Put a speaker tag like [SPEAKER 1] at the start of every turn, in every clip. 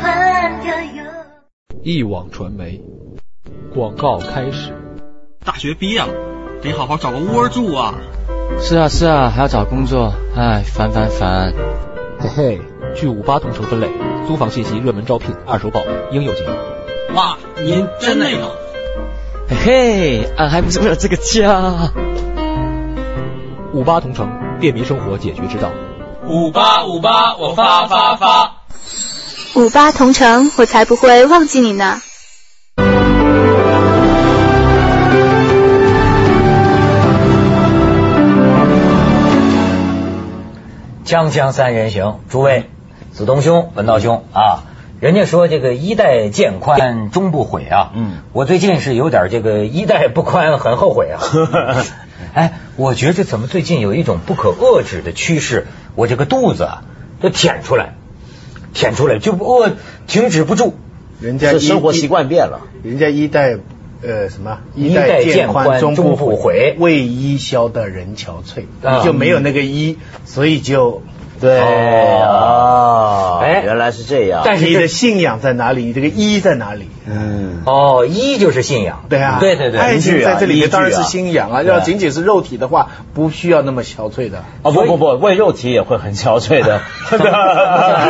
[SPEAKER 1] 盼着有。
[SPEAKER 2] 一网传媒广告开始。
[SPEAKER 3] 大学毕业了，得好好找个窝住啊！
[SPEAKER 4] 是啊是啊，还要找工作，唉，烦烦烦。
[SPEAKER 2] 嘿嘿，据五八统筹分类，租房信息热门招聘二手宝应有尽有。
[SPEAKER 3] 哇，您真那个！
[SPEAKER 4] 嘿嘿，俺还不是为了这个家。
[SPEAKER 2] 五八同城，便民生活解决之道。
[SPEAKER 5] 五八五八，我发发发！
[SPEAKER 6] 五八同城，我才不会忘记你呢。
[SPEAKER 7] 锵锵三人行，诸位，子东兄、文道兄啊，人家说这个衣带渐宽终不悔啊，
[SPEAKER 8] 嗯，
[SPEAKER 7] 我最近是有点这个衣带不宽，很后 悔啊。哎，我觉得怎么最近有一种不可遏制的趋势，我这个肚子啊都舔出来，舔出来就不饿，停止不住。
[SPEAKER 9] 人家
[SPEAKER 8] 这
[SPEAKER 9] 一
[SPEAKER 8] 生活习，惯变了，
[SPEAKER 9] 一人家一代呃什么
[SPEAKER 7] 衣带渐宽
[SPEAKER 9] 终
[SPEAKER 7] 终不悔
[SPEAKER 9] 为伊消得人憔悴，
[SPEAKER 7] 啊
[SPEAKER 9] 你就没有那个衣，所以就
[SPEAKER 8] 对
[SPEAKER 7] 哦
[SPEAKER 8] 啊，
[SPEAKER 7] 哎
[SPEAKER 8] 哎原来是这样，
[SPEAKER 7] 但是
[SPEAKER 9] 你
[SPEAKER 7] 这
[SPEAKER 9] 的信仰在哪里？你这个一在哪里？
[SPEAKER 8] 嗯，
[SPEAKER 7] 哦，衣就是信仰，
[SPEAKER 9] 对啊，
[SPEAKER 7] 对对对，
[SPEAKER 9] 爱情在这里
[SPEAKER 8] 依据
[SPEAKER 9] 面
[SPEAKER 8] 啊
[SPEAKER 9] 当然是信仰啊。
[SPEAKER 8] 对
[SPEAKER 9] 要仅仅是肉体的话，不需要那么憔悴的。
[SPEAKER 8] 啊不不不，喂肉体也会很憔悴 的，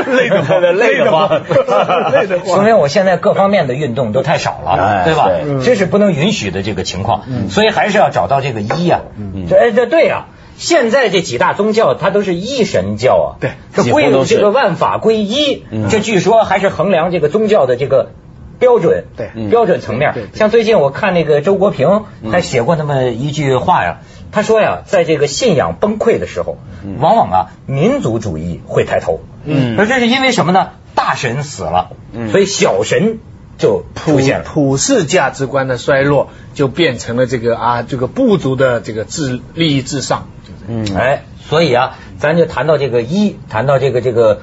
[SPEAKER 9] 累得慌
[SPEAKER 8] 累得慌，
[SPEAKER 9] 累得慌
[SPEAKER 7] 说明我现在各方面的运动都太少了，
[SPEAKER 8] 哎
[SPEAKER 7] 对吧？
[SPEAKER 8] 对嗯
[SPEAKER 7] 这是不能允许的这个情况，所以还是要找到这个一呀。这哎这对呀。现在这几大宗教，它都是一神教啊，
[SPEAKER 9] 对
[SPEAKER 7] 这
[SPEAKER 8] 几乎
[SPEAKER 7] 归
[SPEAKER 8] 都是
[SPEAKER 7] 这个万法归一
[SPEAKER 8] 嗯，
[SPEAKER 7] 这据说还是衡量这个宗教的这个标准，
[SPEAKER 9] 对
[SPEAKER 8] 嗯
[SPEAKER 7] 标准层面
[SPEAKER 9] 对。对
[SPEAKER 7] 像最近我看那个周国平，他写过那么一句话呀，他说呀，在这个信仰崩溃的时候，往往啊民族主义会抬头，
[SPEAKER 8] 嗯
[SPEAKER 7] 而这是因为什么呢？大神死了，
[SPEAKER 8] 嗯
[SPEAKER 7] 所以小神就出
[SPEAKER 9] 普
[SPEAKER 7] 现了。
[SPEAKER 9] 普世价值观的衰落，就变成了这个啊，这个部族的这个至利益至上。
[SPEAKER 8] 嗯
[SPEAKER 7] 哎，所以啊，咱就谈到这个一，谈到这个这个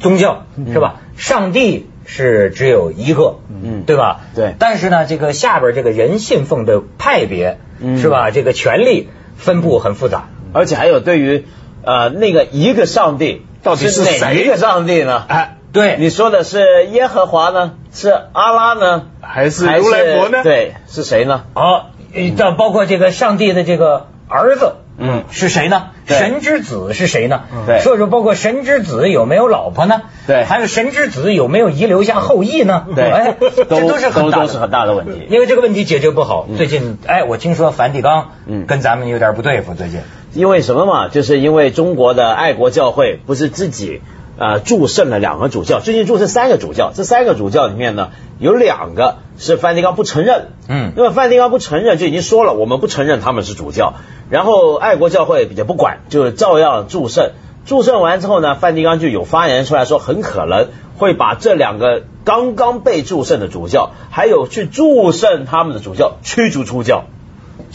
[SPEAKER 7] 宗教是吧？上帝是只有一个，
[SPEAKER 8] 嗯
[SPEAKER 7] 对吧？
[SPEAKER 8] 对
[SPEAKER 7] 但是呢，这个下边这个人信奉的派别
[SPEAKER 8] 嗯
[SPEAKER 7] 是吧？这个权力分布很复杂。
[SPEAKER 8] 而且还有对于呃那个一个上帝
[SPEAKER 9] 到底
[SPEAKER 8] 是
[SPEAKER 9] 是
[SPEAKER 8] 哪
[SPEAKER 9] 谁
[SPEAKER 8] 一个上帝呢？
[SPEAKER 9] 哎，
[SPEAKER 7] 对
[SPEAKER 8] 你说的是耶和华呢？是阿拉呢？
[SPEAKER 9] 还是如来佛呢
[SPEAKER 8] 对，是谁呢？
[SPEAKER 7] 好，呃这包括这个上帝的这个儿子，
[SPEAKER 8] 嗯
[SPEAKER 7] 是谁呢？
[SPEAKER 8] 对
[SPEAKER 7] 神之子是谁呢？
[SPEAKER 8] 对
[SPEAKER 7] 所以说包括神之子有没有老婆呢？
[SPEAKER 8] 对
[SPEAKER 7] 还有神之子有没有遗留下后裔呢？
[SPEAKER 8] 对，
[SPEAKER 7] 哎，这
[SPEAKER 8] 都
[SPEAKER 7] 都是很大
[SPEAKER 8] 都
[SPEAKER 7] 的
[SPEAKER 8] 是很大的问题。
[SPEAKER 7] 因为这个问题解决不好，最近哎，我听说梵蒂冈
[SPEAKER 8] 嗯
[SPEAKER 7] 跟咱们有点不对付，最近
[SPEAKER 8] 因为什么嘛？就是因为中国的爱国教会不是自己呃祝圣了两个主教，最近祝圣三个主教，这三个主教里面呢，有两个是梵蒂冈不承认，
[SPEAKER 7] 嗯
[SPEAKER 8] 因为梵蒂冈不承认就已经说了，我们不承认他们是主教，然后爱国教会也不管，就是照样祝圣。祝圣完之后呢，梵蒂冈就有发言人出来说，很可能会把这两个刚刚被祝圣的主教，还有去祝圣他们的主教驱逐出教。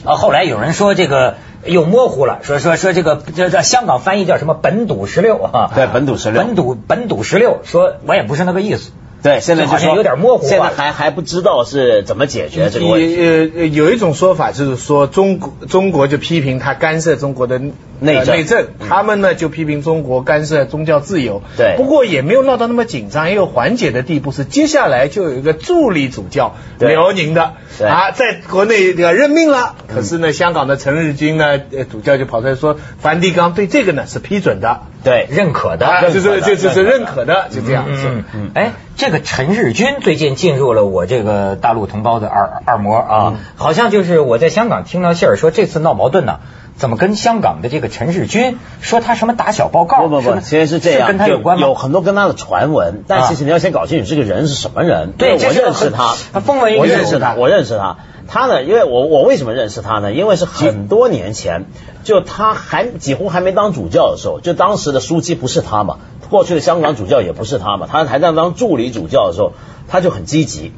[SPEAKER 7] 啊，后来有人说这个又模糊了，说说说这个这这香港翻译叫什么本笃十六啊？
[SPEAKER 8] 对本笃十六
[SPEAKER 7] 本笃本笃十六，说我也不是那个意思。
[SPEAKER 8] 对，现在
[SPEAKER 7] 这好
[SPEAKER 8] 就
[SPEAKER 7] 像
[SPEAKER 8] 说
[SPEAKER 7] 有点模糊化啊嗯
[SPEAKER 8] 现在还还不知道是怎么解决这个问题。
[SPEAKER 9] 呃呃，有一种说法就是说中国中国就批评他干涉中国的呃
[SPEAKER 8] 内政嗯
[SPEAKER 9] 内政，他们呢就批评中国干涉宗教自由。
[SPEAKER 8] 对
[SPEAKER 9] 不过也没有闹到那么紧张，也有缓解的地步。是接下来就有一个助理主教，
[SPEAKER 8] 对
[SPEAKER 9] 辽宁的
[SPEAKER 8] 对
[SPEAKER 9] 啊，在国内这个任命了。可是呢，香港的陈日君呢，呃主教就跑出来说，梵蒂冈对这个呢是批准的，
[SPEAKER 8] 对，
[SPEAKER 7] 认可的，
[SPEAKER 9] 啊
[SPEAKER 7] 认可的
[SPEAKER 9] 就是就就是认可的，就这样
[SPEAKER 7] 嗯
[SPEAKER 9] 子。
[SPEAKER 7] 嗯嗯，哎，这个陈日君最近进入了我这个大陆同胞的二二模
[SPEAKER 8] 嗯
[SPEAKER 7] 啊，好像就是我在香港听到信儿说这次闹矛盾呢、怎么跟香港的这个陈日君说他什么打小报告？
[SPEAKER 8] 不不
[SPEAKER 7] 是
[SPEAKER 8] 不，
[SPEAKER 7] 吗
[SPEAKER 8] 其实是这样，
[SPEAKER 7] 跟他有关吗？
[SPEAKER 8] 有很多跟他的传闻，但
[SPEAKER 7] 啊
[SPEAKER 8] 其实你要先搞清楚这个人是什么人。
[SPEAKER 7] 对
[SPEAKER 8] 因为我
[SPEAKER 7] 这是
[SPEAKER 8] 认识他
[SPEAKER 7] 很，风闻一
[SPEAKER 8] 我
[SPEAKER 7] 时
[SPEAKER 8] 认识他，我认识他。他呢，因为我我为什么认识他呢？因为是很多年前，就他还几乎还没当主教的时候，就当时的枢机不是他嘛，过去的香港主教也不是他嘛，他还在当助理主教的时候，他就很积极。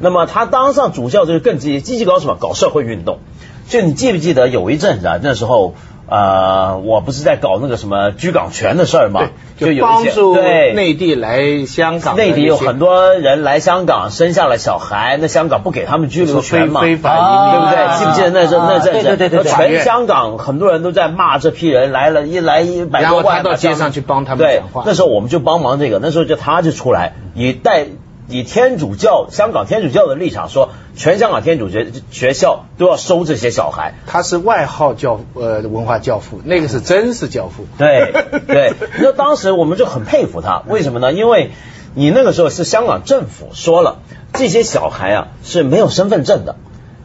[SPEAKER 8] 那么他当上主教就是更积极，积极搞什么？搞社会运动。就你记不记得有一阵子啊，那时候。呃，我不是在搞那个什么居港权的事儿嘛，
[SPEAKER 9] 对，
[SPEAKER 8] 有
[SPEAKER 9] 就
[SPEAKER 8] 一
[SPEAKER 9] 帮
[SPEAKER 8] 些
[SPEAKER 9] 助
[SPEAKER 8] 对
[SPEAKER 9] 内地来香港的一些，
[SPEAKER 8] 内地有很多人来香港生下了小孩，那香港不给他们居留
[SPEAKER 9] 说非
[SPEAKER 8] 权嘛，
[SPEAKER 9] 非
[SPEAKER 8] 对
[SPEAKER 9] 法
[SPEAKER 7] 啊
[SPEAKER 9] 移民，
[SPEAKER 8] 不对？记不记得那阵
[SPEAKER 7] 啊
[SPEAKER 8] 那阵
[SPEAKER 7] 对
[SPEAKER 8] 子？
[SPEAKER 7] 对对对对
[SPEAKER 8] 全香港很多人都在骂这批人来了，一来一百
[SPEAKER 9] 然
[SPEAKER 8] 多
[SPEAKER 9] 后
[SPEAKER 8] 万，
[SPEAKER 9] 他到街上去帮他们
[SPEAKER 8] 对
[SPEAKER 9] 讲话，
[SPEAKER 8] 那时候我们就帮忙这个，那时候就他就出来以带以天主教香港天主教的立场说，全香港天主学学校都要收这些小孩，
[SPEAKER 9] 他是外号教呃文化教父，那个是真是教父。
[SPEAKER 8] 对对，那当时我们就很佩服他，为什么呢？因为你那个时候是香港政府说了，这些小孩啊是没有身份证的，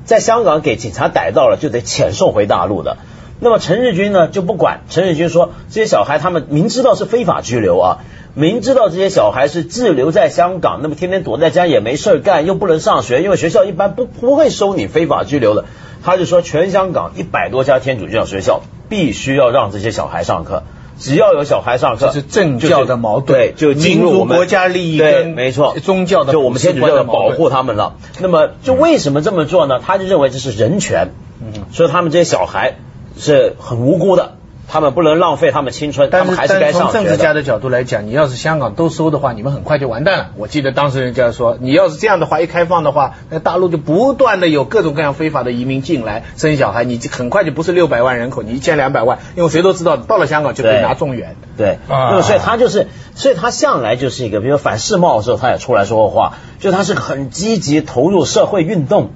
[SPEAKER 8] 在香港给警察逮到了就得遣送回大陆的。那么陈日军呢就不管，陈日军说这些小孩他们明知道是非法拘留啊，明知道这些小孩是滞留在香港，那么天天躲在家也没事儿干，又不能上学，因为学校一般不不会收你非法拘留的。他就说全香港一百多家天主教学校必须要让这些小孩上课，只要有小孩上课，
[SPEAKER 9] 这是政教的矛盾
[SPEAKER 8] 就对，就进入
[SPEAKER 9] 民族
[SPEAKER 8] 我们
[SPEAKER 9] 国家利益
[SPEAKER 8] 对，
[SPEAKER 9] 跟
[SPEAKER 8] 没错，
[SPEAKER 9] 宗教的
[SPEAKER 8] 就我们天主教的保护他们了。那么就为什么这么做呢？他就认为这是人权，
[SPEAKER 9] 嗯
[SPEAKER 8] 所以他们这些小孩是很无辜的，他们不能浪费他们青春，他
[SPEAKER 9] 但
[SPEAKER 8] 们
[SPEAKER 9] 是
[SPEAKER 8] 还
[SPEAKER 9] 但
[SPEAKER 8] 该
[SPEAKER 9] 是从
[SPEAKER 8] 上
[SPEAKER 9] 政
[SPEAKER 8] 学
[SPEAKER 9] 治家
[SPEAKER 8] 的。
[SPEAKER 9] 的角度来讲，你要是香港都收的话，你们很快就完蛋了。我记得当时人家说，你要是这样的话，一开放的话，那大陆就不断的有各种各样非法的移民进来生小孩，你就很快就不是六百万人口，你一千两百万，因为谁都知道，到了香港就可以
[SPEAKER 8] 对
[SPEAKER 9] 拿状元。
[SPEAKER 8] 对，那
[SPEAKER 7] 啊
[SPEAKER 8] 么所以他就是，所以他向来就是一个，比如反世贸的时候，他也出来说过话，就他是很积极投入社会运动，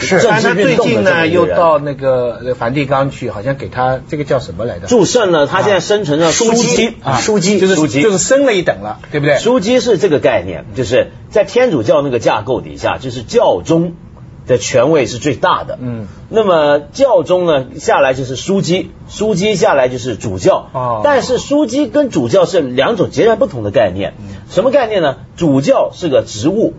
[SPEAKER 9] 是
[SPEAKER 8] 政
[SPEAKER 9] 但
[SPEAKER 8] 治
[SPEAKER 9] 他
[SPEAKER 8] 运
[SPEAKER 9] 最
[SPEAKER 8] 动的
[SPEAKER 9] 近
[SPEAKER 8] 这么
[SPEAKER 9] 呢，
[SPEAKER 8] 一个
[SPEAKER 9] 又
[SPEAKER 8] 人
[SPEAKER 9] 到那个呃梵蒂冈去，好像给他这个叫什么来着？
[SPEAKER 8] 祝圣了，他现在生成了枢机，
[SPEAKER 9] 啊，
[SPEAKER 8] 枢机
[SPEAKER 9] 就是
[SPEAKER 8] 枢机
[SPEAKER 9] 就是升了一等了，对不对？
[SPEAKER 8] 枢机是这个概念，就是在天主教那个架构底下，就是教宗的权位是最大的。
[SPEAKER 9] 嗯，
[SPEAKER 8] 那么教宗呢下来就是枢机，枢机下来就是主教。
[SPEAKER 9] 哦
[SPEAKER 8] 但是枢机跟主教是两种截然不同的概念。什么概念呢？主教是个职务，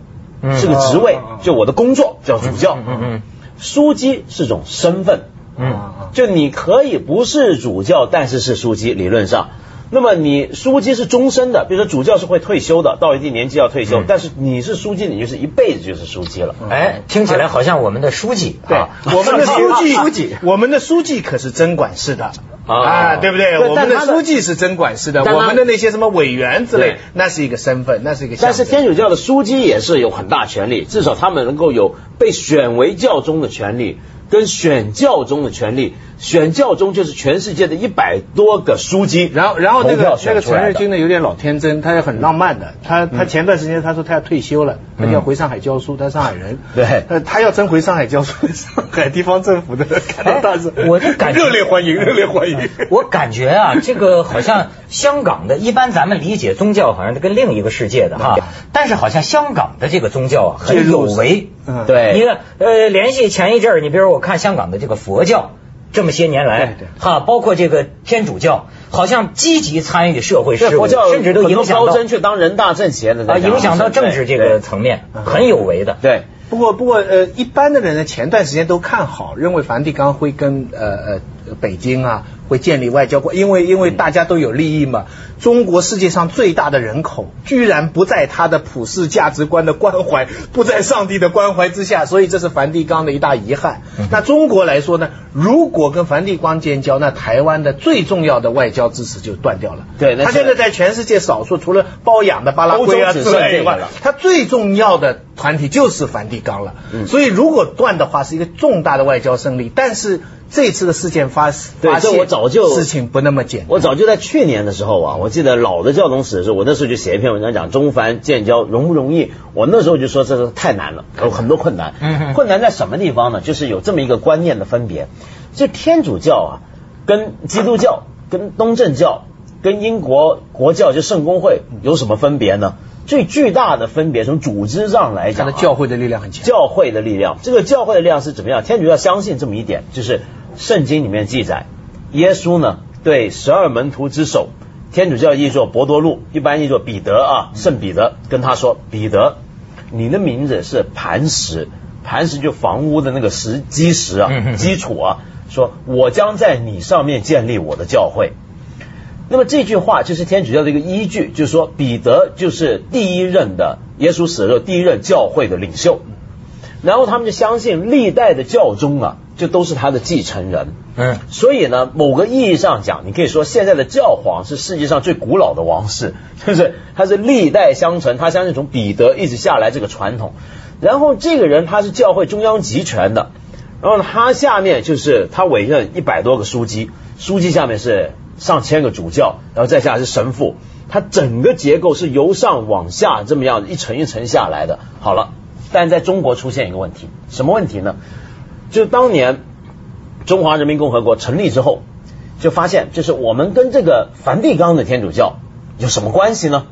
[SPEAKER 8] 是个职位，就我的工作叫主教。哦嗯嗯，枢机是种身份。
[SPEAKER 9] 嗯，
[SPEAKER 8] 就你可以不是主教，但是是枢机，理论上。那么你枢机是终身的，比如说主教是会退休的，到一定年纪要退休，但是你是枢机，你就是一辈子就是枢机了。
[SPEAKER 7] 哎，听起来好像我们的书记
[SPEAKER 9] 对
[SPEAKER 7] 啊，，
[SPEAKER 9] 我们的书记，
[SPEAKER 7] 书记，
[SPEAKER 9] 我们的书记可是真管事的
[SPEAKER 8] 啊
[SPEAKER 9] 啊，对不对？
[SPEAKER 8] 对
[SPEAKER 9] 我们的
[SPEAKER 8] 但他的
[SPEAKER 9] 书记是真管事的，
[SPEAKER 8] 但他
[SPEAKER 9] 我们的那些什么委员之类
[SPEAKER 8] 对，
[SPEAKER 9] 那是一个身份，那是一个象
[SPEAKER 8] 但
[SPEAKER 9] 征。
[SPEAKER 8] 是天主教的枢机也是有很大权利，至少他们能够有被选为教宗的权利，跟选教宗的权利。选教宗就是全世界的一百多个枢机，
[SPEAKER 9] 然后，然后那
[SPEAKER 8] 投票
[SPEAKER 9] 个那
[SPEAKER 8] 选
[SPEAKER 9] 个
[SPEAKER 8] 出
[SPEAKER 9] 陈
[SPEAKER 8] 来
[SPEAKER 9] 瑞
[SPEAKER 8] 的嗯
[SPEAKER 9] 军呢，有点老天真，他也很浪漫的。他他前段时间他说他要退休了，他就要回上海教书，他上海人。
[SPEAKER 8] 对
[SPEAKER 9] 呃，他要真回上海教书， 上海地方政府的感到大是，
[SPEAKER 7] 哎我就感觉
[SPEAKER 9] 热烈欢迎，热烈 欢迎。
[SPEAKER 7] 我感觉啊，这个好像香港的，一般咱们理解宗教好像是跟另一个世界的哈，但是好像香港的这个宗教啊很有为，
[SPEAKER 9] 嗯
[SPEAKER 8] 对
[SPEAKER 7] 你看呃，联系前一阵儿，你比如我看香港的这个佛教，这么些年来
[SPEAKER 9] 对对
[SPEAKER 7] 哈，包括这个天主教，好像积极参与社会
[SPEAKER 8] 这
[SPEAKER 7] 事务
[SPEAKER 8] 佛，教
[SPEAKER 7] 甚至都影
[SPEAKER 8] 很
[SPEAKER 7] 响
[SPEAKER 8] 多高
[SPEAKER 7] 到
[SPEAKER 8] 僧去当人大政协的，
[SPEAKER 7] 啊，影响到政治这个层面，
[SPEAKER 9] 嗯
[SPEAKER 7] 很有为的。
[SPEAKER 8] 对。
[SPEAKER 9] 不过，不过，呃，一般的人呢，前段时间都看好，认为梵蒂冈会跟呃呃北京啊会建立外交关，因为因为大家都有利益嘛。中国世界上最大的人口，居然不在他的普世价值观的关怀，不在上帝的关怀之下，所以这是梵蒂冈的一大遗憾。那中国来说呢，如果跟梵蒂冈建交，那台湾的最重要的外交支持就断掉了。
[SPEAKER 8] 对那
[SPEAKER 9] 他
[SPEAKER 8] 是
[SPEAKER 9] 现在在全世界少数除了包养的巴拉圭啊
[SPEAKER 8] 欧洲
[SPEAKER 9] 之
[SPEAKER 8] 只剩
[SPEAKER 9] 类
[SPEAKER 8] 这
[SPEAKER 9] 以
[SPEAKER 8] 个
[SPEAKER 9] 外
[SPEAKER 8] 了，
[SPEAKER 9] 它最重要的团体就是梵蒂冈了，
[SPEAKER 8] 嗯
[SPEAKER 9] 所以如果断的话，是一个重大的外交胜利。但是这次的事件发
[SPEAKER 8] 对
[SPEAKER 9] 发
[SPEAKER 8] 这
[SPEAKER 9] 现，
[SPEAKER 8] 我早就
[SPEAKER 9] 事情不那么简单。
[SPEAKER 8] 我早就在去年的时候啊，我记得老的教宗史的时候，我那时候就写一篇文章讲中梵建交容不容易。我那时候就说这个太难了，有很多困难。
[SPEAKER 7] 嗯
[SPEAKER 8] 困难在什么地方呢？就是有这么一个观念的分别，就天主教啊，跟基督教、跟东正教、跟英国国教就圣公会有什么分别呢？最巨大的分别从组织上来
[SPEAKER 9] 他
[SPEAKER 8] 讲、
[SPEAKER 9] 的
[SPEAKER 8] 啊，
[SPEAKER 9] 教会的力量很强，
[SPEAKER 8] 教会的力量。这个教会的力量是怎么样？天主教相信这么一点，就是圣经里面记载，耶稣呢对十二门徒之首，天主教译作博多禄，一般译作彼得啊，圣彼得跟他说：“彼得，你的名字是磐石，磐石就房屋的那个石基石啊
[SPEAKER 7] 嗯嗯，嗯
[SPEAKER 8] 基础啊。”说：“我将在你上面建立我的教会。”那么这句话就是天主教的一个依据，就是说彼得就是第一任的耶稣死了之后第一任教会的领袖，然后他们就相信历代的教宗啊，就都是他的继承人。
[SPEAKER 7] 嗯
[SPEAKER 8] 所以呢，某个意义上讲，你可以说现在的教皇是世界上最古老的王室， 就是他是历代相承，他相信从彼得一直下来这个传统。然后这个人他是教会中央集权的，然后他下面就是他委任一百多个枢机，枢机下面是上千个主教，然后再下来是神父，他整个结构是由上往下这么样一层一层下来的。好了，但在中国出现一个问题，什么问题呢？就当年中华人民共和国成立之后，就发现就是我们跟这个梵蒂冈的天主教有什么关系呢？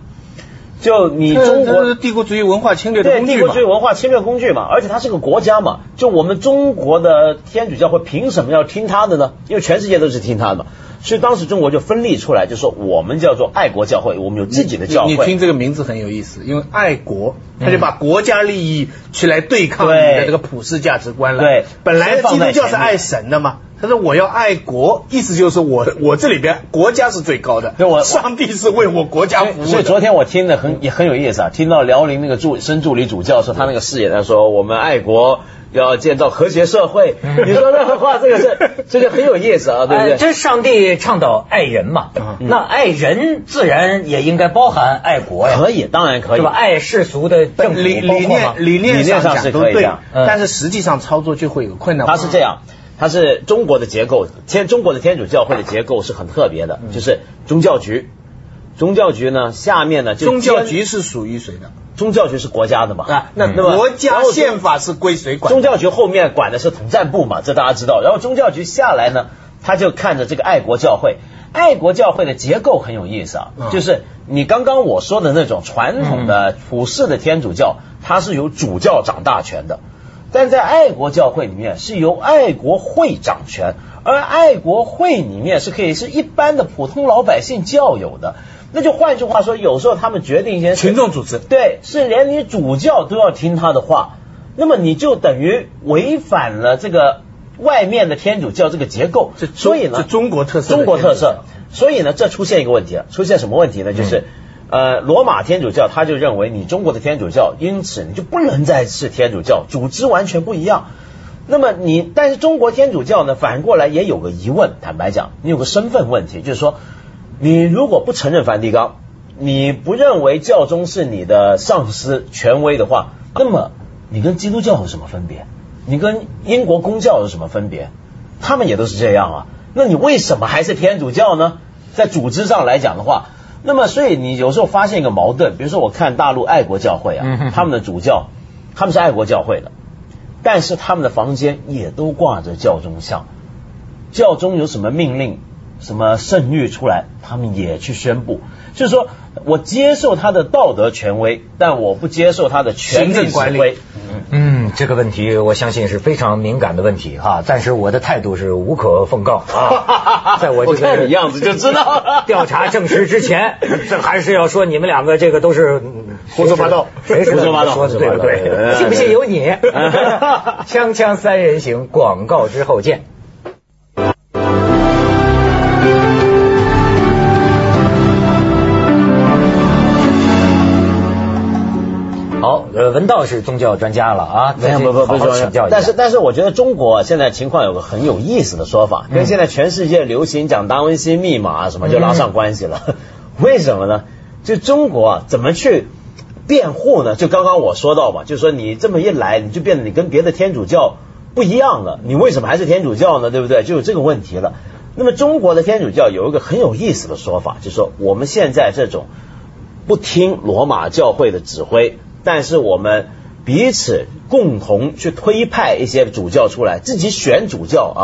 [SPEAKER 8] 就你中
[SPEAKER 9] 这这
[SPEAKER 8] 国
[SPEAKER 9] 是帝国主义文化侵略的
[SPEAKER 8] 对
[SPEAKER 9] 工
[SPEAKER 8] 帝
[SPEAKER 9] 具
[SPEAKER 8] 国
[SPEAKER 9] 嘛
[SPEAKER 8] 主义？文化侵略工具嘛，而且它是个国家嘛，就我们中国的天主教会凭什么要听他的呢？因为全世界都是听他的嘛。所以当时中国就分立出来，就说我们叫做爱国教会，我们有自己的教
[SPEAKER 9] 你
[SPEAKER 8] 会。嗯
[SPEAKER 9] 你听这个名字很有意思，因为爱国，他就把国家利益去来对抗你的
[SPEAKER 8] 对
[SPEAKER 9] 这个普世价值观了。
[SPEAKER 8] 对
[SPEAKER 9] 本来
[SPEAKER 8] 先放
[SPEAKER 9] 基督
[SPEAKER 8] 在
[SPEAKER 9] 教
[SPEAKER 8] 前
[SPEAKER 9] 是
[SPEAKER 8] 面
[SPEAKER 9] 爱神的嘛，他说我要爱国，意思就是我我这里边国家是最高的，
[SPEAKER 8] 对我我
[SPEAKER 9] 上帝是为我国家
[SPEAKER 8] 所以
[SPEAKER 9] 服务
[SPEAKER 8] 哎所以
[SPEAKER 9] 的。
[SPEAKER 8] 昨天我听的很也很有意思啊，听到辽宁那个助升助理主教说他那个誓言，他说我们爱国要建造和谐社会。
[SPEAKER 9] 嗯
[SPEAKER 8] 你说那话，这个 是这就很有意思啊，对不
[SPEAKER 9] 哎
[SPEAKER 8] 嗯对？
[SPEAKER 7] 呃这上帝倡导爱人嘛，那爱人自然也应该包含爱国呀，
[SPEAKER 8] 可以，当然可以
[SPEAKER 7] 是吧？。
[SPEAKER 9] 哎
[SPEAKER 7] 爱世俗的政府
[SPEAKER 9] 理
[SPEAKER 7] 包
[SPEAKER 9] 理
[SPEAKER 7] 括吗
[SPEAKER 9] 念？理念
[SPEAKER 8] 理念
[SPEAKER 9] 上
[SPEAKER 8] 上
[SPEAKER 9] 讲
[SPEAKER 8] 是
[SPEAKER 9] 都
[SPEAKER 8] 可以这
[SPEAKER 9] 对
[SPEAKER 8] 样，
[SPEAKER 7] 嗯
[SPEAKER 9] 但是实际上操作就会有困难。
[SPEAKER 8] 它是这样，它是中国的结构，天中国的天主教会的结构是很特别的，
[SPEAKER 9] 嗯
[SPEAKER 8] 就是宗教局，宗教局呢下面呢就
[SPEAKER 9] 宗教
[SPEAKER 8] 兼
[SPEAKER 9] 局是属于谁的？
[SPEAKER 8] 宗教局是国家的嘛，
[SPEAKER 9] 啊，
[SPEAKER 8] 那那么
[SPEAKER 9] 国
[SPEAKER 8] 然
[SPEAKER 9] 家
[SPEAKER 8] 后宗
[SPEAKER 9] 宪法是归谁管
[SPEAKER 8] 宗？教局后面管的是统战部嘛，这大家知道。然后宗教局下来呢，他就看着这个爱国教会。爱国教会的结构很有意思啊，
[SPEAKER 9] 嗯
[SPEAKER 8] 就是你刚刚我说的那种传统的普世的天主教，它是由主教掌大权的，但在爱国教会里面是由爱国会掌权，而爱国会里面是可以是一般的普通老百姓教友的。那就换句话说，有时候他们决定一些事
[SPEAKER 9] 群众组织
[SPEAKER 8] 对，是连你主教都要听他的话，那么你就等于违反了这个外面的天主教这个结构
[SPEAKER 9] 这，
[SPEAKER 8] 所以呢，
[SPEAKER 9] 这中国特色的
[SPEAKER 8] 中国特
[SPEAKER 9] 天主教
[SPEAKER 8] 色，所以呢，这出现一个问题了，啊出现什么问题呢？就是。呃，罗马天主教他就认为你中国的天主教，因此你就不能再是天主教，组织完全不一样。那么你，但是中国天主教呢，反过来也有个疑问，坦白讲，你有个身份问题，就是说，你如果不承认梵蒂冈，你不认为教宗是你的上司权威的话，那么你跟基督教有什么分别？你跟英国公教有什么分别？他们也都是这样啊，那你为什么还是天主教呢？在组织上来讲的话，那么所以你有时候发现一个矛盾，比如说我看大陆爱国教会
[SPEAKER 7] 嗯哼
[SPEAKER 8] 啊，他们的主教，他们是爱国教会的，但是他们的房间也都挂着教宗像，教宗有什么命令、什么圣谕出来，他们也去宣布。就是说我接受他的道德权威，但我不接受他的权
[SPEAKER 9] 行
[SPEAKER 8] 力
[SPEAKER 9] 政
[SPEAKER 8] 指
[SPEAKER 9] 管理
[SPEAKER 8] 挥。
[SPEAKER 7] 嗯，这个问题我相信是非常敏感的问题哈，暂时我的态度是无可奉告 啊，在我这
[SPEAKER 8] 我看
[SPEAKER 7] 个
[SPEAKER 8] 你样子就知道了
[SPEAKER 7] 调查证实之前，这还是要说你们两个这个都是嗯
[SPEAKER 9] 胡说八道
[SPEAKER 7] 谁知道
[SPEAKER 8] 胡说八道
[SPEAKER 7] 说的对不
[SPEAKER 8] 胡说八
[SPEAKER 7] 对？
[SPEAKER 8] 道
[SPEAKER 7] 信不信由 你。
[SPEAKER 8] 嗯
[SPEAKER 7] 锵锵三人行，广告之后见。好，呃，文道是宗教专家了啊，
[SPEAKER 8] 没有，
[SPEAKER 7] 在这
[SPEAKER 8] 不不不
[SPEAKER 7] 好好请教一下。
[SPEAKER 8] 但是但是，我觉得中国现在情况有个很有意思的说法，跟现在全世界流行讲达文西密码啊什么就拉上关系了。 为什么呢？就中国啊，怎么去辩护呢？就刚刚我说到嘛，就说你这么一来，你就变得你跟别的天主教不一样了，你为什么还是天主教呢？对不对？就有这个问题了。那么中国的天主教有一个很有意思的说法，就说我们现在这种不听罗马教会的指挥，但是我们彼此共同去推派一些主教出来，自己选主教啊。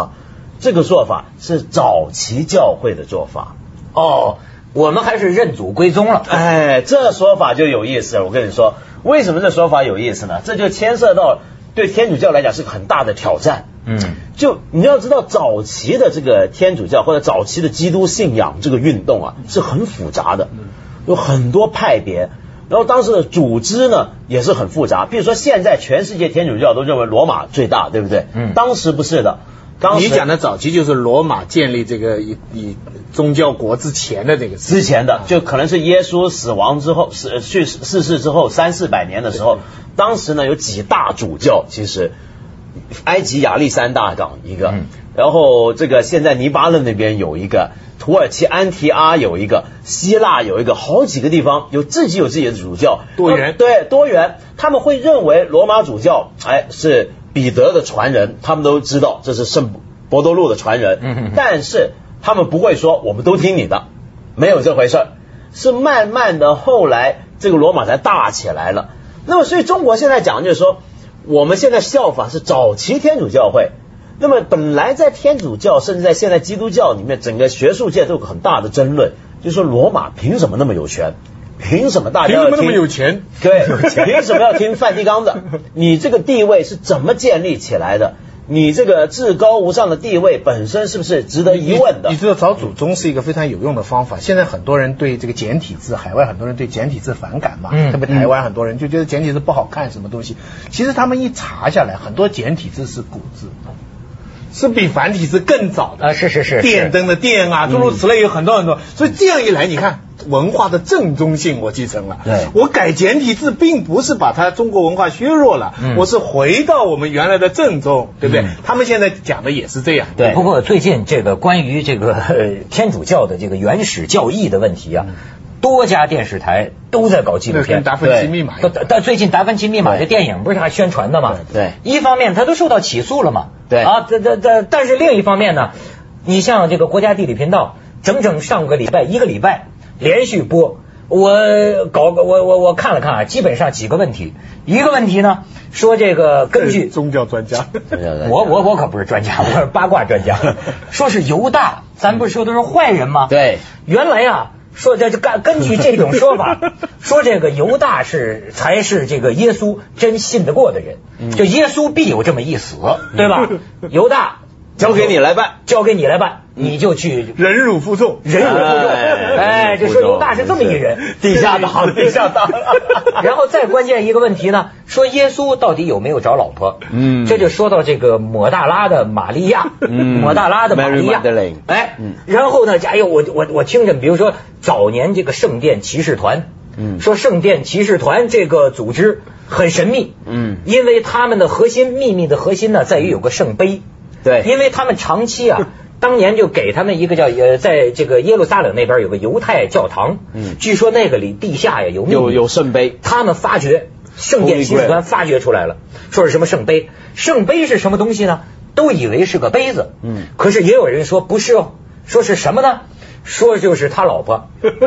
[SPEAKER 8] 这个做法是早期教会的做法，
[SPEAKER 7] 哦，我们还是认祖归宗了。
[SPEAKER 8] 哎，这说法就有意思了。我跟你说，为什么这说法有意思呢？这就牵涉到对天主教来讲是个很大的挑战。
[SPEAKER 7] 嗯，
[SPEAKER 8] 就你要知道，早期的这个天主教或者早期的基督信仰这个运动啊，是很复杂的，有很多派别。然后当时的组织呢也是很复杂，比如说现在全世界天主教都认为罗马最大，对不对？
[SPEAKER 7] 嗯
[SPEAKER 8] 当时不是的，当时
[SPEAKER 9] 你讲的早期就是罗马建立这个以以宗教国之前的这个
[SPEAKER 8] 之前
[SPEAKER 9] 嗯
[SPEAKER 8] 的，就可能是耶稣死亡之后，死呃
[SPEAKER 9] 嗯
[SPEAKER 8] 去世世之后三四百年的时候，当时呢有几大主教，其实埃及亚历山大港一个，
[SPEAKER 7] 嗯
[SPEAKER 8] 然后这个现在黎巴嫩那边有一个，土耳其安提阿有一个，希腊有一个，好几个地方有自己有自己的主教，呃
[SPEAKER 9] 多元
[SPEAKER 8] 对多元，他们会认为罗马主教哎是彼得的传人，他们都知道这是圣伯多禄的传人，
[SPEAKER 7] 嗯嗯
[SPEAKER 8] 但是他们不会说我们都听你的，没有这回事儿，是慢慢的后来这个罗马才大起来了。那么所以中国现在讲就是说，我们现在效法是早期天主教会。那么本来在天主教甚至在现在基督教里面，整个学术界都有个很大的争论，就是说罗马凭什么那么有权？凭什么大家
[SPEAKER 9] 凭
[SPEAKER 8] 要
[SPEAKER 9] 什么那么
[SPEAKER 8] 听
[SPEAKER 9] 有钱？
[SPEAKER 8] 对，凭什么要听梵蒂冈的？你这个地位是怎么建立起来的？你这个至高无上的地位本身是不是值得疑问的
[SPEAKER 9] 你你？知道找祖宗是一个非常有用的方法。现在很多人对这个简体字，海外很多人对简体字反感嘛，
[SPEAKER 7] 嗯
[SPEAKER 9] 特别台湾很多人就觉得简体字不好看，什么东西。其实他们一查下来，很多简体字是古字，是比繁体字更早的
[SPEAKER 7] 啊是是是是
[SPEAKER 9] 电灯的电啊，诸如此类有很多很多。所以这样一来，你看文化的正宗性我继承了。
[SPEAKER 7] 对
[SPEAKER 9] 我改简体字并不是把它中国文化削弱了，
[SPEAKER 7] 嗯
[SPEAKER 9] 我是回到我们原来的正宗，对不对？
[SPEAKER 7] 嗯
[SPEAKER 9] 他们现在讲的也是这样。
[SPEAKER 7] 不过最近这个关于这个 呃天主教的这个原始教义的问题啊，多家电视台都在搞纪录
[SPEAKER 9] 嗯那
[SPEAKER 7] 片。
[SPEAKER 9] 跟达芬奇密码一
[SPEAKER 7] 对
[SPEAKER 9] 样
[SPEAKER 7] 但但最近《达芬奇密码》这电影不是还宣传的嘛？
[SPEAKER 8] 对
[SPEAKER 7] 一方面他都受到起诉了嘛？
[SPEAKER 8] 对
[SPEAKER 7] 啊，这这这，但是另一方面呢，你像这个国家地理频道，整整上个礼拜一个礼拜连续播。我搞我我我看了看啊，基本上几个问题，一个问题呢说这个根据
[SPEAKER 9] 宗教专家，
[SPEAKER 7] 我我我可不是专家，我是八卦专家。说是犹大，咱不是说都是坏人吗？
[SPEAKER 8] 对，
[SPEAKER 7] 原来啊，说这这根根据这种说法，说这个犹大是才是这个耶稣真信得过的人，就耶稣必有这么一死，对吧？犹大
[SPEAKER 8] 交给你来办。
[SPEAKER 7] 交给你来办，你就去
[SPEAKER 9] 忍辱负重，
[SPEAKER 7] 忍辱负重。
[SPEAKER 8] 哎
[SPEAKER 7] 哎，就说犹大是这么一人，
[SPEAKER 8] 地下党
[SPEAKER 7] 对
[SPEAKER 8] 地下党
[SPEAKER 7] 然后再关键一个问题呢，说耶稣到底有没有找老婆？
[SPEAKER 8] 嗯
[SPEAKER 7] 这就说到这个抹大拉的玛利亚，
[SPEAKER 8] 嗯
[SPEAKER 7] 抹大拉的玛利亚
[SPEAKER 8] Mary Magdalene，
[SPEAKER 7] 哎
[SPEAKER 8] 嗯，
[SPEAKER 7] 然后呢，哎呦，我我我听着，比如说早年这个圣殿骑士团。
[SPEAKER 8] 嗯
[SPEAKER 7] 说圣殿骑士团这个组织很神秘，
[SPEAKER 8] 嗯
[SPEAKER 7] 因为他们的核心秘密的核心呢，在于有个圣杯，
[SPEAKER 8] 对
[SPEAKER 7] 因为他们长 期啊，当年就给他们一个叫呃，在这个耶路撒冷那边有个犹太教堂，
[SPEAKER 8] 嗯
[SPEAKER 7] 据说那个里地下呀有秘密
[SPEAKER 8] 有有圣杯
[SPEAKER 7] 他们发掘圣殿骑士团发掘出来了，说是什么圣杯，圣杯是什么东西呢？都以为是个杯子，
[SPEAKER 8] 嗯
[SPEAKER 7] 可是也有人说不是哦，说是什么呢？说就是他 老婆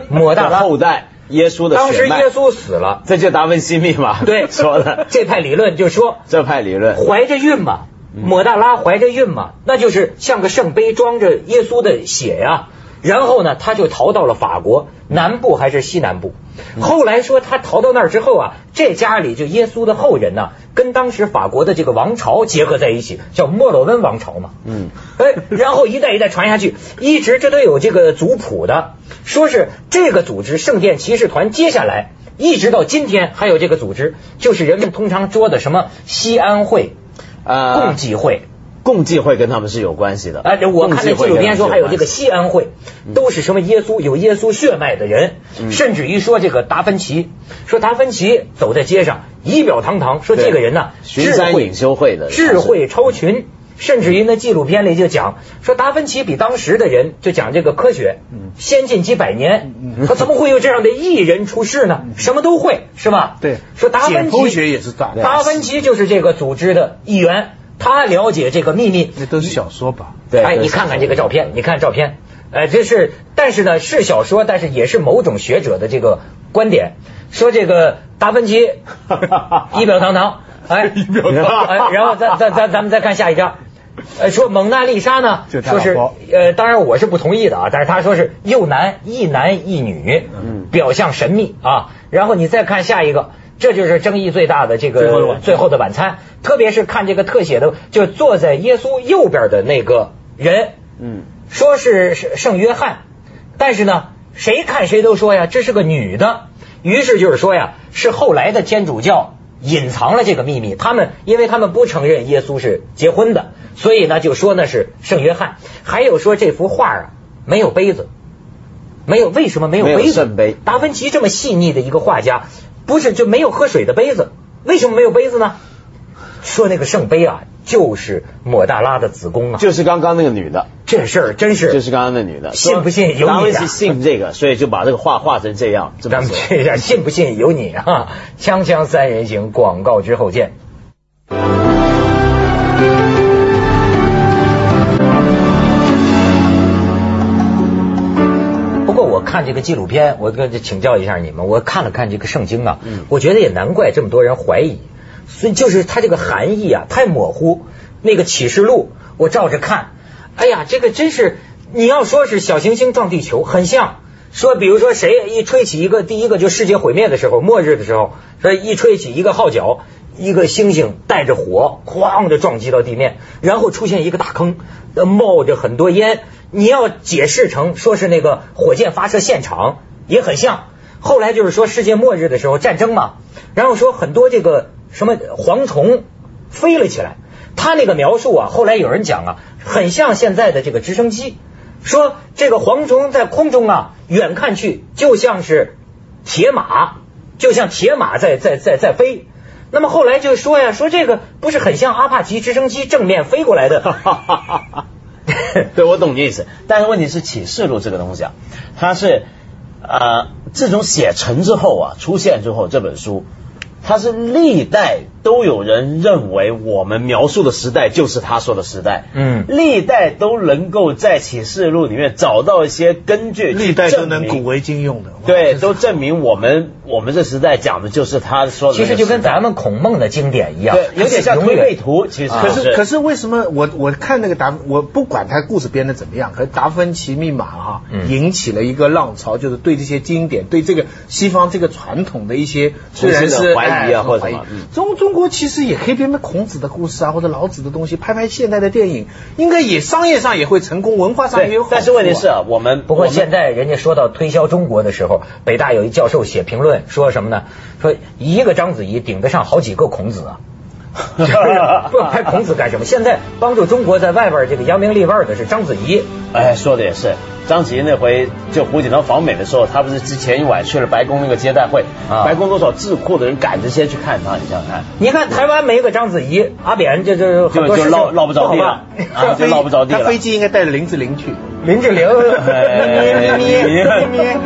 [SPEAKER 7] 抹大拉
[SPEAKER 8] 后 代耶稣的
[SPEAKER 7] 当时
[SPEAKER 8] 血脉
[SPEAKER 7] 耶稣死了，
[SPEAKER 8] 这就达芬奇密码
[SPEAKER 7] 对
[SPEAKER 8] 说的
[SPEAKER 7] 这派理论就说
[SPEAKER 8] 这派理论，
[SPEAKER 7] 怀着孕嘛，抹大拉怀着孕嘛，那就是像个圣杯装着耶稣的血呀、然后呢，他就逃到了法国南部还是西南部。后来说他逃到那儿之后啊，这家里就耶稣的后人呢、跟当时法国的这个王朝结合在一起，叫莫洛温王朝嘛。
[SPEAKER 8] 嗯，
[SPEAKER 7] 哎，然后一代一代传下去，一直这都有这个族谱的，说是这个组织圣殿骑士团，接下来一直到今天还有这个组织，就是人们通常说的什么西安会、
[SPEAKER 8] 呃
[SPEAKER 7] 共济会。
[SPEAKER 8] 共济会跟他们是有关系的。
[SPEAKER 7] 哎，我看那纪录片说还有这个
[SPEAKER 8] 共济
[SPEAKER 7] 西安会，
[SPEAKER 8] 嗯
[SPEAKER 7] 都是什么耶稣有耶稣血脉的人，甚至于说这个达芬奇，说达芬奇走在街上仪表堂堂，说这个人呢，
[SPEAKER 8] 对巡山
[SPEAKER 7] 智慧
[SPEAKER 8] 隐修会的
[SPEAKER 7] 智慧超群。甚至于那纪录片里就讲说达芬奇比当时的人就讲这个科学
[SPEAKER 8] 嗯
[SPEAKER 7] 先进几百年，他怎么会有这样的艺人出世呢？
[SPEAKER 8] 嗯
[SPEAKER 7] 什么都会是吧？
[SPEAKER 9] 对
[SPEAKER 7] 说达芬
[SPEAKER 9] 解
[SPEAKER 7] 奇
[SPEAKER 9] 剖学也是大
[SPEAKER 7] 达芬奇就是这个组织的一员，他了解这个秘密，
[SPEAKER 9] 那都是小说吧？
[SPEAKER 8] 对
[SPEAKER 7] 哎，
[SPEAKER 8] 对
[SPEAKER 7] 你看看这个照片，你看照片，呃，这是，但是呢是小说，但是也是某种学者的这个观点，说这个达芬 奇仪表堂堂，哎，仪表
[SPEAKER 9] 堂堂
[SPEAKER 7] 哎，然后咱咱咱咱们再看下一张。呃，说蒙娜丽莎呢，
[SPEAKER 9] 就他
[SPEAKER 7] 说
[SPEAKER 9] 老
[SPEAKER 7] 是
[SPEAKER 9] 婆
[SPEAKER 7] 呃，当然我是不同意的啊，但是他说是又男一男一女，
[SPEAKER 9] 嗯
[SPEAKER 7] 表象神秘啊。然后你再看下一个，这就是争议最大的这个
[SPEAKER 9] 最后的晚餐
[SPEAKER 7] 最后的晚餐，特别是看这个特写的，就坐在耶稣右边的那个人，
[SPEAKER 8] 嗯，
[SPEAKER 7] 说是圣圣约翰，但是呢，谁看谁都说呀，这是个女的。于是就是说呀，是后来的天主教隐藏了这个秘密，他们因为他们不承认耶稣是结婚的，所以呢就说那是圣约翰。还有说这幅画啊没有杯子，没有为什么没有
[SPEAKER 8] 没有
[SPEAKER 7] 杯子？
[SPEAKER 8] 圣杯
[SPEAKER 7] 达芬奇这么细腻的一个画家，不是就没有喝水的杯子？为什么没有杯子呢？说那个圣杯啊，就是抹大拉的子宫啊，
[SPEAKER 8] 就是刚刚那个女的，
[SPEAKER 7] 这事儿真是
[SPEAKER 8] 就是刚刚那女的，
[SPEAKER 7] 信不信由
[SPEAKER 8] 达
[SPEAKER 7] 你
[SPEAKER 8] 文
[SPEAKER 7] 啊
[SPEAKER 8] 西信这个，所以就把这个画画成这样，这么
[SPEAKER 7] 咱们
[SPEAKER 8] 说。
[SPEAKER 7] 这一下，信不信由你啊！锵锵三人行，广告之后见。不过我看这个纪录片，我跟请教一下你们，我看了看这个圣经啊，
[SPEAKER 8] 嗯
[SPEAKER 7] 我觉得也难怪这么多人怀疑，所以就是它这个含义啊太模糊。那个启示录我照着看，哎呀，这个真是你要说是小行星撞地球，很像。说比如说谁一吹起一个第一个就世界毁灭的时候，末日的时候，说一吹起一个号角，一个星星带着火，哐的撞击到地面，然后出现一个大坑，呃冒着很多烟。你要解释成说是那个火箭发射现场，也很像。后来就是说世界末日的时候战争嘛，然后说很多这个什么蝗虫飞了起来。他那个描述啊，后来有人讲啊，很像现在的这个直升机，说这个蝗虫在空中啊，远看去就像是铁马，就像铁马在在在在飞。那么后来就说呀，说这个不是很像阿帕奇直升机正面飞过 来的？
[SPEAKER 8] 对，我懂你意思，但是问题是启示录这个东西啊，它是呃，自从写成之后啊，出现之后这本书，它是历代都有人认为我们描述的时代就是他说的时代，
[SPEAKER 7] 嗯
[SPEAKER 8] 历代都能够在启示录里面找到一些根据，
[SPEAKER 9] 历代都能古。为今用的。
[SPEAKER 8] 对，都证明我们我们这时代讲的就是他说的那个时代，
[SPEAKER 7] 其实就跟咱们孔孟的经典一样
[SPEAKER 8] 对，有点像
[SPEAKER 7] 永
[SPEAKER 8] 推背
[SPEAKER 7] 远
[SPEAKER 8] 图，其实
[SPEAKER 7] 啊
[SPEAKER 9] 可是可
[SPEAKER 8] 是
[SPEAKER 9] 是为什么我我看那个达我不管他故事编的怎么样，可是达芬奇密码哈、
[SPEAKER 7] 嗯
[SPEAKER 9] 引起了一个浪潮，就是对这些经典、对这个西方这个传统的一些虽然
[SPEAKER 8] 重新
[SPEAKER 9] 是
[SPEAKER 8] 的怀疑啊
[SPEAKER 9] 哎
[SPEAKER 8] 或者
[SPEAKER 9] 怀
[SPEAKER 8] 什
[SPEAKER 9] 疑
[SPEAKER 8] 么嗯
[SPEAKER 9] 中中国其实也可以编编孔子的故事啊，或者老子的东西，拍拍现代的电影，应该也商业上也会成功，文化上也
[SPEAKER 8] 对
[SPEAKER 9] 有好处啊、，
[SPEAKER 8] 但是问题是啊，我们
[SPEAKER 7] 不过
[SPEAKER 8] 我们
[SPEAKER 7] 现在人家说到推销中国的时候，北大有一教授写评论说什么呢？说一个章子怡顶得上好几个孔子啊。 就是不拍孔子干什么？现在帮助中国在外边这个扬名立万的是章子怡，
[SPEAKER 8] 哎，说的也是，章子怡那回就胡锦涛访美的时候，她不是之前一晚去了白宫那个接待会，
[SPEAKER 7] 啊
[SPEAKER 8] 白宫多少智库的人赶着先去看她，你想想看，
[SPEAKER 7] 你看台湾没一个章子怡，阿扁这这很
[SPEAKER 8] 就
[SPEAKER 7] 多
[SPEAKER 8] 就
[SPEAKER 7] 事情
[SPEAKER 8] 落落不着地
[SPEAKER 7] 好
[SPEAKER 8] 了
[SPEAKER 7] 办，
[SPEAKER 8] 啊，就落不着地
[SPEAKER 9] 他
[SPEAKER 8] 了
[SPEAKER 9] 飞。机应该带着林志玲去。
[SPEAKER 7] 林志玲，
[SPEAKER 8] 哎
[SPEAKER 7] 咪咪咪咪。